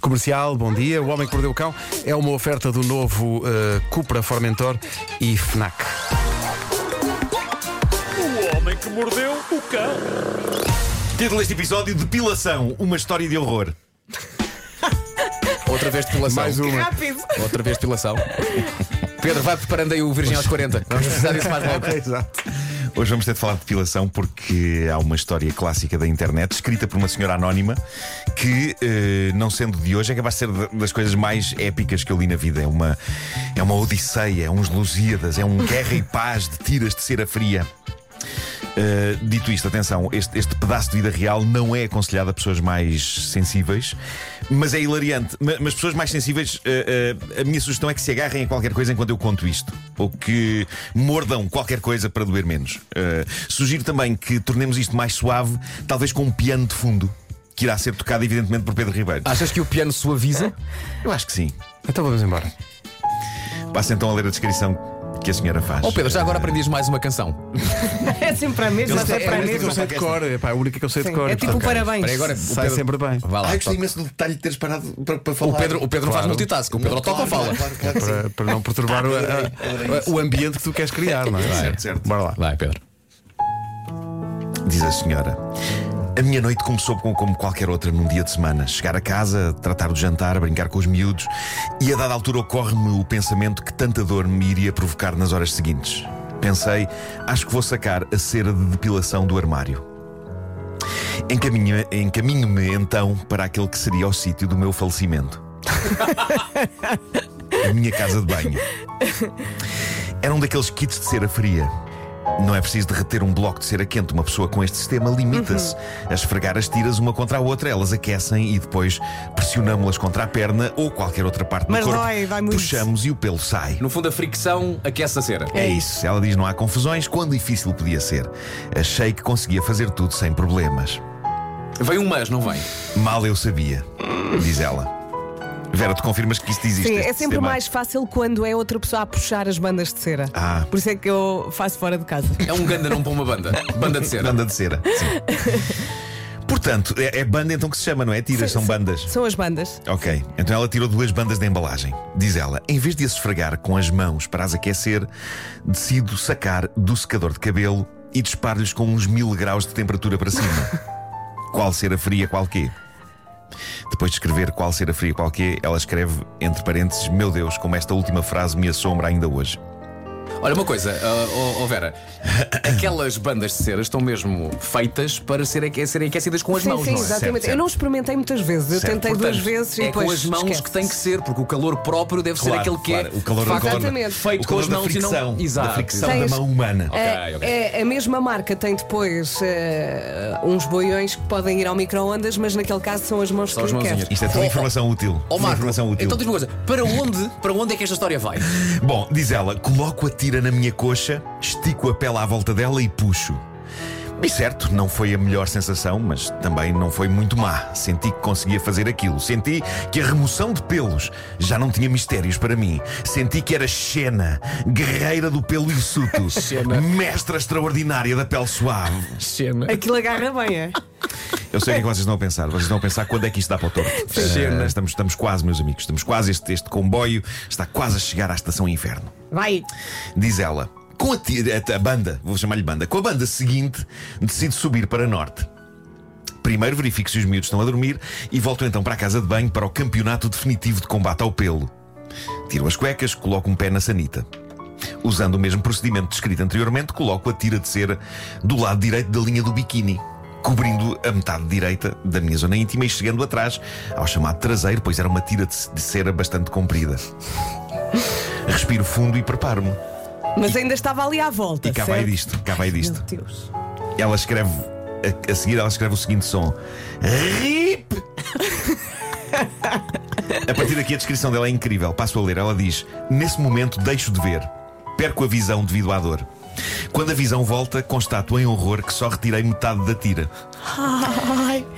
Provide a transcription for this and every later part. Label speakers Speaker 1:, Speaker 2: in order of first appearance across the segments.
Speaker 1: Comercial, bom dia. O Homem que Mordeu o Cão é uma oferta do novo eh, Cupra Formentor e Fnac.
Speaker 2: O homem que mordeu o cão.
Speaker 3: Título deste episódio: Depilação, uma história de horror.
Speaker 4: Outra vez depilação.
Speaker 1: Mais uma.
Speaker 5: Rápido.
Speaker 4: Outra vez depilação. Pedro, vai preparando aí o Virgem aos 40. Vamos precisar disso mais logo.
Speaker 1: Exato.
Speaker 3: Hoje vamos ter de falar de depilação porque há uma história clássica da internet, escrita por uma senhora anónima, que, eh, não sendo de hoje, é capaz de ser da- das coisas mais épicas que eu li na vida. É uma, é uma odisseia, é uns Lusíadas, é um guerra e paz de tiras de cera fria. Uh, dito isto, atenção, este, este pedaço de vida real não é aconselhado a pessoas mais sensíveis, mas é hilariante. Ma- Mas pessoas mais sensíveis, uh, uh, a minha sugestão é que se agarrem a qualquer coisa enquanto eu conto isto, ou que mordam qualquer coisa para doer menos. Uh, sugiro também que tornemos isto mais suave, talvez com um piano de fundo, que irá ser tocado, evidentemente, por Pedro Ribeiro.
Speaker 4: Achas que o piano suaviza?
Speaker 3: Eu acho que sim.
Speaker 1: Então vamos embora.
Speaker 3: Passa então a ler a descrição que a senhora faz.
Speaker 4: Oh Pedro, já agora aprendias mais uma canção.
Speaker 5: É sempre a mesma,
Speaker 3: Eles-
Speaker 5: é
Speaker 1: É a
Speaker 5: para a
Speaker 1: única que eu
Speaker 5: mesma.
Speaker 1: sei de cor, é pá, a única que eu sei de cor.
Speaker 5: É tipo o
Speaker 1: portanto,
Speaker 5: parabéns.
Speaker 4: Espera aí, agora, o
Speaker 1: Sai
Speaker 4: Pedro-
Speaker 1: sempre bem.
Speaker 4: Vá lá,
Speaker 6: Ah, eu gostei
Speaker 4: toca.
Speaker 6: imenso do detalhe de teres parado para, para falar.
Speaker 4: o Pedro, o Pedro não faz multitask, o Pedro toca ou fala.
Speaker 6: Claro, claro, claro,
Speaker 1: Para, para não perturbar o,
Speaker 6: Adorei, adorei
Speaker 1: a- o ambiente que tu queres criar, não é?
Speaker 3: Certo, certo.
Speaker 1: Bora lá.
Speaker 4: Vai, Pedro.
Speaker 3: Diz a senhora. A minha noite começou com- como qualquer outra num dia de semana. Chegar a casa, tratar do jantar, brincar com os miúdos, e a dada altura ocorre-me o pensamento que tanta dor me iria provocar nas horas seguintes. Pensei, acho que vou sacar a cera de depilação do armário. Encaminho- Encaminho-me então para aquele que seria o sítio do meu falecimento. a minha casa de banho. Era um daqueles kits de cera fria. Não é preciso derreter um bloco de cera quente. Uma pessoa com este sistema limita-se
Speaker 5: Uhum.
Speaker 3: a esfregar as tiras uma contra a outra. Elas aquecem e depois pressionamos-las contra a perna ou qualquer outra parte
Speaker 5: Mas
Speaker 3: do corpo.
Speaker 5: dói, dói muito.
Speaker 3: Puxamos e o pelo sai.
Speaker 4: No fundo, a fricção aquece a cera.
Speaker 3: É isso. Ela diz: não há confusões. Quão difícil podia ser? Achei que conseguia fazer tudo sem problemas.
Speaker 4: Vem um mas, não vem?
Speaker 3: Mal eu sabia, diz ela. Vera, tu confirmas que isto existe?
Speaker 5: Sim,
Speaker 3: este
Speaker 5: é sempre
Speaker 3: sistema?
Speaker 5: mais fácil quando é outra pessoa a puxar as bandas de cera.
Speaker 3: Ah.
Speaker 5: Por isso é que eu faço fora de casa.
Speaker 4: É um ganda não para uma banda. Banda de cera.
Speaker 3: Banda de cera. sim. Portanto, é, é banda então que se chama, não é? Tiras, são bandas.
Speaker 5: São as bandas.
Speaker 3: Ok, então ela tirou duas bandas da embalagem. Diz ela: em vez de a esfregar com as mãos para as aquecer, decido sacar do secador de cabelo e disparo-lhes com uns mil graus de temperatura para cima. qual cera fria, qual quê? Depois de escrever qual cera fria, qual quê, ela escreve, entre parênteses, meu Deus, como esta última frase me assombra ainda hoje.
Speaker 4: Olha, uma coisa, ah, oh, oh, Vera, aquelas bandas de cera estão mesmo feitas para serem aque- serem aquecidas com as
Speaker 5: sim,
Speaker 4: mãos,
Speaker 5: sim,
Speaker 4: não é?
Speaker 5: exatamente.
Speaker 3: Certo, certo.
Speaker 5: Eu não experimentei muitas vezes. Eu
Speaker 3: Certo.
Speaker 5: tentei duas
Speaker 4: Portanto,
Speaker 5: vezes e
Speaker 4: é
Speaker 5: depois.
Speaker 4: com as mãos que tem que ser, porque o calor próprio deve ser
Speaker 3: Claro,
Speaker 4: aquele que
Speaker 3: claro,
Speaker 4: é
Speaker 3: o calor-
Speaker 4: de facto,
Speaker 3: o calor-
Speaker 5: Exatamente.
Speaker 4: feito
Speaker 3: o
Speaker 4: com
Speaker 3: calor
Speaker 4: as
Speaker 3: da
Speaker 4: mãos e
Speaker 3: fricção,
Speaker 4: não.
Speaker 3: da fricção
Speaker 5: Tens-
Speaker 3: da mão humana.
Speaker 5: É-
Speaker 4: Ok, ok.
Speaker 5: é- a mesma marca tem depois eh, uns boiões que podem ir ao micro-ondas, mas naquele caso são as mãos
Speaker 4: São
Speaker 5: que
Speaker 4: as
Speaker 5: eu quero.
Speaker 4: mãozinhas.
Speaker 3: Isto é tudo informação útil.
Speaker 4: Ó
Speaker 3: Tudo
Speaker 4: Marco,
Speaker 3: informação útil.
Speaker 4: então diz-me uma coisa, para onde, para onde é que esta história vai?
Speaker 3: Bom, diz ela, coloco a tira na minha coxa, estico a pela à volta dela e puxo. E certo, não foi a melhor sensação, mas também não foi muito má. Senti que conseguia fazer aquilo. Senti que a remoção de pelos já não tinha mistérios para mim. Senti que era Xena, guerreira do pelo hirsuto,
Speaker 4: Xena.
Speaker 3: mestra extraordinária da pele suave.
Speaker 4: Cena.
Speaker 5: Aquilo agarra bem, é?
Speaker 3: Eu sei o que é que vocês estão a pensar. Vocês estão a pensar quando é que isto dá para o torto.
Speaker 4: Xena.
Speaker 3: Ah, estamos, estamos quase, meus amigos. Estamos quase. Este, este comboio está quase a chegar à estação inferno.
Speaker 5: Vai!
Speaker 3: Diz ela, com a, ti- a- a banda, vou chamar-lhe banda, com a banda seguinte, decido subir para norte. Primeiro verifico se os miúdos estão a dormir e volto então para a casa de banho para o campeonato definitivo de combate ao pelo. Tiro as cuecas, coloco um pé na sanita. Usando o mesmo procedimento descrito anteriormente, coloco a tira de cera do lado direito da linha do biquíni, cobrindo a metade direita da minha zona íntima e chegando atrás ao chamado traseiro, pois era uma tira de c- de cera bastante comprida. Respiro fundo e preparo-me.
Speaker 5: Mas ainda estava ali à volta.
Speaker 3: E cá vai
Speaker 5: Tá certo?
Speaker 3: disto, cá vai disto.
Speaker 5: Meu Deus.
Speaker 3: Ela escreve, a, a seguir ela escreve o seguinte som: RIP! a partir daqui a descrição dela é incrível. Passo a ler, ela diz: Nesse momento deixo de ver, perco a visão devido à dor. Quando a visão volta, constato em horror que só retirei metade da tira.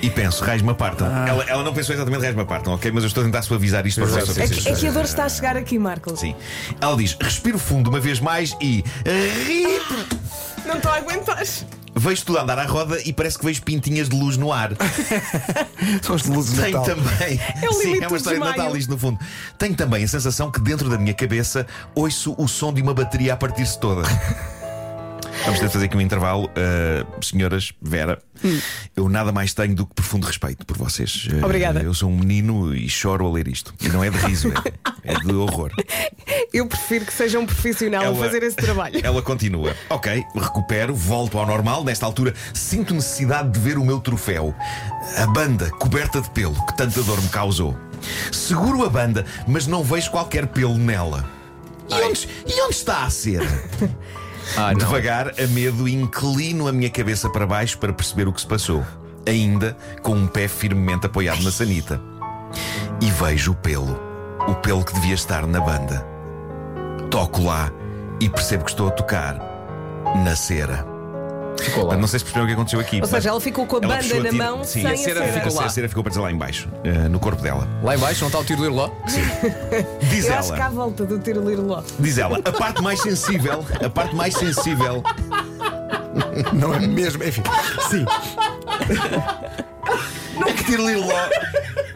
Speaker 3: E penso, raiz-me apartam. Ela, ela não pensou exatamente raiz-me apartam, ok? Mas eu estou a tentar suavizar isto para
Speaker 4: Exato,
Speaker 3: vocês.
Speaker 5: É que, é que a dor está a chegar aqui, Marco.
Speaker 3: Sim. Ela diz: respiro fundo uma vez mais e. RIP!
Speaker 5: Não estou a aguentar.
Speaker 3: Vejo tudo a andar à roda e parece que vejo pintinhas de luz no ar.
Speaker 1: São as luzes de
Speaker 3: Tem
Speaker 1: Natal.
Speaker 3: também.
Speaker 5: É o
Speaker 3: Sim,
Speaker 5: limite
Speaker 3: é
Speaker 5: do
Speaker 3: uma história de
Speaker 5: desmaio.
Speaker 3: Natal, isto no fundo. Tenho também a sensação que dentro da minha cabeça ouço o som de uma bateria a partir-se toda. Vamos ter de fazer aqui um intervalo. Uh, senhoras, Vera,
Speaker 5: Hum.
Speaker 3: eu nada mais tenho do que profundo respeito por vocês. Uh,
Speaker 5: Obrigada.
Speaker 3: Eu sou um menino e choro a ler isto. E não é de riso, é, é de horror.
Speaker 5: Eu prefiro que seja um profissional a
Speaker 3: Ela-
Speaker 5: fazer esse trabalho.
Speaker 3: Ela continua. Ok, recupero, volto ao normal. Nesta altura, sinto necessidade de ver o meu troféu. A banda coberta de pelo que tanta dor me causou. Seguro a banda, mas não vejo qualquer pelo nela. E onde, e onde está a cera?
Speaker 5: é?
Speaker 4: Ah, não.
Speaker 3: Devagar, a medo, inclino a minha cabeça para baixo para perceber o que se passou. Ainda com um pé firmemente apoiado na sanita. E vejo o pelo. O pelo que devia estar na banda. Toco lá e percebo que estou a tocar na cera.
Speaker 4: Ficou lá.
Speaker 3: Não sei se perceberam o que aconteceu aqui.
Speaker 5: Ou seja, ela ficou com a banda na mão
Speaker 3: tipo, Sim,
Speaker 5: sem
Speaker 3: a cera,
Speaker 5: a cera.
Speaker 3: Ficou lá. a cera ficou presa lá embaixo, eh, no corpo dela.
Speaker 4: Lá embaixo não está o tiro do Irló.
Speaker 3: Diz
Speaker 5: Eu
Speaker 3: ela.
Speaker 5: acho que à volta do tiro lirló.
Speaker 3: Diz ela, a parte mais sensível, a parte mais sensível
Speaker 1: Não é mesmo? Enfim, sim.
Speaker 3: É que Tirliló.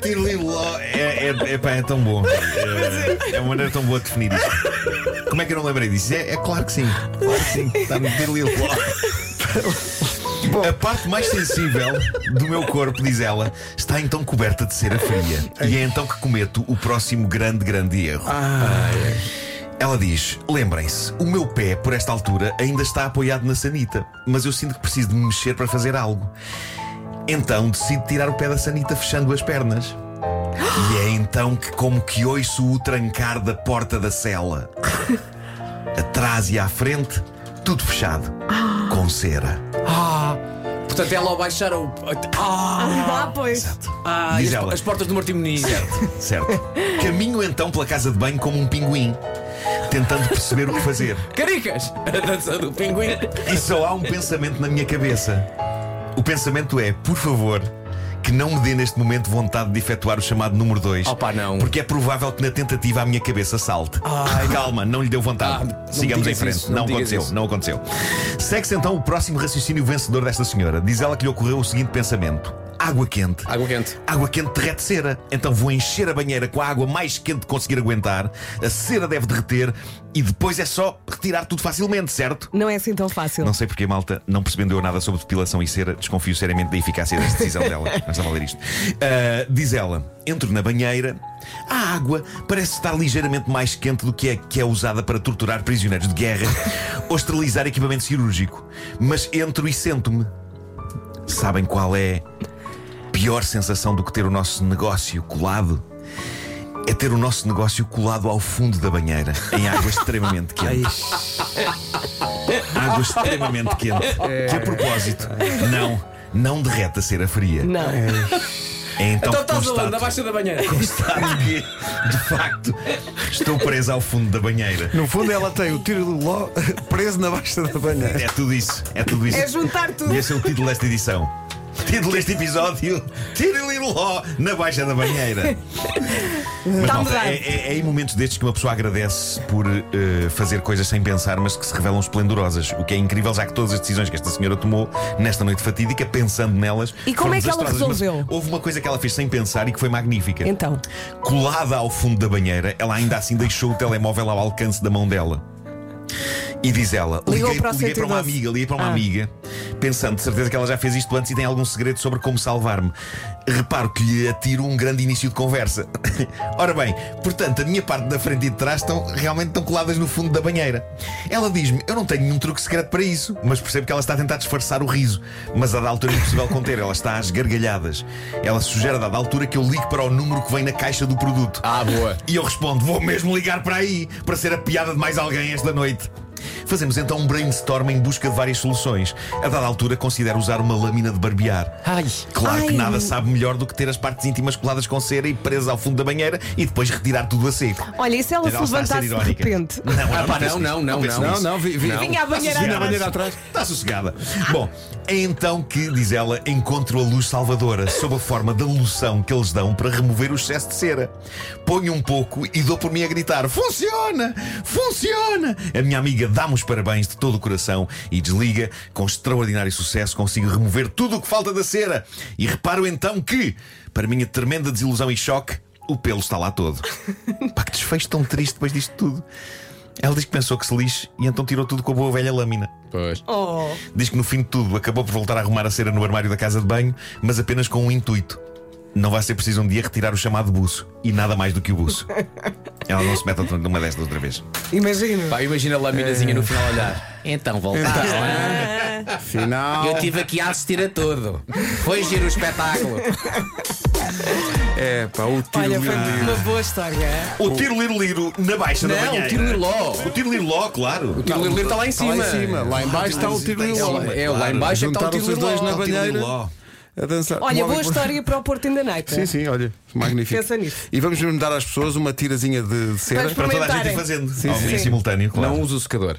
Speaker 3: Tirliló é, é, é, pá, é tão bom. É, é uma maneira tão boa de definir isto. Como é que eu não lembrei disso? É, é claro que sim. Claro que sim. Está no Tirliló. A parte mais sensível do meu corpo, diz ela, está então coberta de cera fria. E é então que cometo o próximo grande, grande erro. Ela diz: Lembrem-se, o meu pé, por esta altura, ainda está apoiado na sanita, mas eu sinto que preciso de me mexer para fazer algo. Então decido tirar o pé da sanita fechando as pernas. E é então que, como que ouço o trancar da porta da cela. Atrás e à frente, tudo fechado, com cera.
Speaker 4: Portanto, ela ao baixar o. Ah,
Speaker 5: Ah, pois.
Speaker 4: ah,
Speaker 3: Diz
Speaker 4: e as,
Speaker 3: ela.
Speaker 4: as portas do Martim Muniz.
Speaker 3: Certo? Caminho então pela casa de banho como um pinguim, tentando perceber o que fazer.
Speaker 4: Caricas! A dança do pinguim.
Speaker 3: E só há um pensamento na minha cabeça. O pensamento é, por favor, que não me dê neste momento vontade de efetuar o chamado número 2.
Speaker 4: Oh, pá, não.
Speaker 3: Porque é provável que na tentativa a minha cabeça salte. Calma, não lhe deu vontade.
Speaker 4: Ah, não
Speaker 3: Sigamos
Speaker 4: me
Speaker 3: em
Speaker 4: digas
Speaker 3: frente.
Speaker 4: isso, não
Speaker 3: não
Speaker 4: me digas
Speaker 3: aconteceu,
Speaker 4: isso.
Speaker 3: não aconteceu. Segue-se então o próximo raciocínio vencedor desta senhora. Diz ela que lhe ocorreu o seguinte pensamento: água quente.
Speaker 4: Água quente.
Speaker 3: Água quente derrete cera. Então vou encher a banheira com a água mais quente que conseguir aguentar. A cera deve derreter e depois é só retirar tudo facilmente, certo?
Speaker 5: Não é assim tão fácil.
Speaker 3: Não sei porque, malta, não percebendo eu nada sobre depilação e cera, desconfio seriamente da eficácia desta decisão dela. Nós estava a ler isto. Ah, diz ela: entro na banheira, a água parece estar ligeiramente mais quente do que é que é usada para torturar prisioneiros de guerra ou esterilizar equipamento cirúrgico. Mas entro e sento-me. Sabem qual é a pior sensação do que ter o nosso negócio colado? É ter o nosso negócio colado ao fundo da banheira, em água extremamente quente. Água extremamente quente.
Speaker 4: É.
Speaker 3: Que a propósito, não, não derrete a cera fria.
Speaker 5: Não.
Speaker 3: É então,
Speaker 4: Então
Speaker 3: que
Speaker 4: estás aonde?
Speaker 3: constato,
Speaker 4: Abaixo da banheira.
Speaker 3: constato que, de facto, estou preso ao fundo da banheira.
Speaker 1: No fundo, ela tem o tiro de ló preso na baixa da banha.
Speaker 3: É tudo isso, é tudo isso.
Speaker 5: É juntar tudo.
Speaker 3: E esse é o título desta edição. Título deste episódio: Tirililó na baixa da banheira. Mas,
Speaker 5: Tá
Speaker 3: malta,
Speaker 5: mudado.
Speaker 3: é, é- é em momentos destes que uma pessoa agradece por eh, fazer coisas sem pensar, mas que se revelam esplendorosas. O que é incrível, já que todas as decisões que esta senhora tomou nesta noite fatídica, pensando nelas.
Speaker 5: E como
Speaker 3: foram
Speaker 5: é que ela
Speaker 3: desastrosas. Mas
Speaker 5: resolveu?
Speaker 3: houve uma coisa que ela fez sem pensar e que foi magnífica.
Speaker 5: Então.
Speaker 3: Colada ao fundo da banheira, ela ainda assim deixou o telemóvel ao alcance da mão dela. E diz ela:
Speaker 5: Ligou
Speaker 3: liguei,
Speaker 5: para o
Speaker 3: liguei para uma
Speaker 5: 112.
Speaker 3: amiga, liguei para uma
Speaker 5: Ah.
Speaker 3: amiga, pensando de certeza que ela já fez isto antes e tem algum segredo sobre como salvar-me. Reparo que lhe atiro um grande início de conversa. Ora bem, portanto, a minha parte da frente e de trás estão realmente estão coladas no fundo da banheira. Ela diz-me: Eu não tenho nenhum truque secreto para isso, mas percebo que ela está a tentar disfarçar o riso. Mas a dada altura é impossível conter, ela está às gargalhadas. Ela sugere a dada altura que eu ligue para o número que vem na caixa do produto.
Speaker 4: Ah, boa.
Speaker 3: E eu respondo: vou mesmo ligar para aí, para ser a piada de mais alguém esta noite. Fazemos então um brainstorm em busca de várias soluções. A dada altura, considero usar uma lâmina de barbear.
Speaker 4: Ai.
Speaker 3: Claro que
Speaker 5: Ai.
Speaker 3: nada sabe melhor do que ter as partes íntimas coladas com cera e presas ao fundo da banheira e depois retirar tudo a seco.
Speaker 5: Olha, e se ela se
Speaker 3: Ela está a ser
Speaker 5: levantasse de
Speaker 3: irónica.
Speaker 5: repente?
Speaker 3: Não, ela
Speaker 4: Ah, pá,
Speaker 3: pensa nisso.
Speaker 4: não, não, não,
Speaker 3: pensa
Speaker 4: não.
Speaker 3: nisso.
Speaker 1: Não, vi, vi.
Speaker 5: Vinha à
Speaker 3: Tá
Speaker 5: banheira
Speaker 1: Vi na
Speaker 5: atrás.
Speaker 1: banheira atrás.
Speaker 3: Está Tá sossegada. Bom, é então que, diz ela, encontro a luz salvadora sob a forma da loção que eles dão para remover o excesso de cera. Ponho um pouco e dou por mim a gritar: Funciona! Funciona! A minha amiga dá-me os parabéns de todo o coração e desliga. Com extraordinário sucesso, consigo remover tudo o que falta da cera. E reparo então que, para minha tremenda desilusão e choque, o pelo está lá todo. Pá, que desfecho tão triste depois disto tudo. Ela diz que pensou que se lixe e então tirou tudo com a boa velha lâmina.
Speaker 4: Pois.
Speaker 5: Oh,
Speaker 3: Diz que no fim de tudo acabou por voltar a arrumar a cera no armário da casa de banho, mas apenas com um intuito. Não vai ser preciso um dia retirar o chamado buço e nada mais do que o buço. Ela não se mete outra- numa destas outra vez.
Speaker 5: imagino.
Speaker 4: Pá, imagina lá a minazinha no final a olhar. É. Então voltaram.
Speaker 1: Final.
Speaker 4: Eu estive aqui a assistir a tudo. Foi giro o espetáculo.
Speaker 1: É pá, o tiro
Speaker 5: Olha,
Speaker 3: um
Speaker 1: lindo.
Speaker 5: foi uma boa história. é?
Speaker 3: O tiro liro liro na baixa da
Speaker 4: Não,
Speaker 3: manhã.
Speaker 4: o tiro lirló.
Speaker 3: O tiro liro ló, claro.
Speaker 4: O tiro lirló está tá lá em
Speaker 1: Está
Speaker 4: cima.
Speaker 1: lá em cima, lá em baixo está o tiro
Speaker 3: Está em
Speaker 1: lindo.
Speaker 3: cima.
Speaker 4: É, lá em baixo é que está o
Speaker 1: Juntaram-se
Speaker 4: tiro
Speaker 1: os dois na
Speaker 4: lirló.
Speaker 3: O tiro
Speaker 1: banheira
Speaker 3: lirló.
Speaker 1: a dançar.
Speaker 5: Olha,
Speaker 1: Um
Speaker 5: boa
Speaker 1: homem-
Speaker 5: história para o Porto in the Night.
Speaker 1: Sim, sim, olha, magnífico.
Speaker 5: Pensa nisso.
Speaker 1: E vamos mesmo dar às pessoas uma tirazinha de de cera. um
Speaker 5: Vamos
Speaker 3: Para toda a gente ir
Speaker 5: Experimentarem.
Speaker 3: fazendo.
Speaker 1: Sim,
Speaker 3: Ao
Speaker 1: sim.
Speaker 3: vivo em simultâneo, claro.
Speaker 4: Não usa o secador.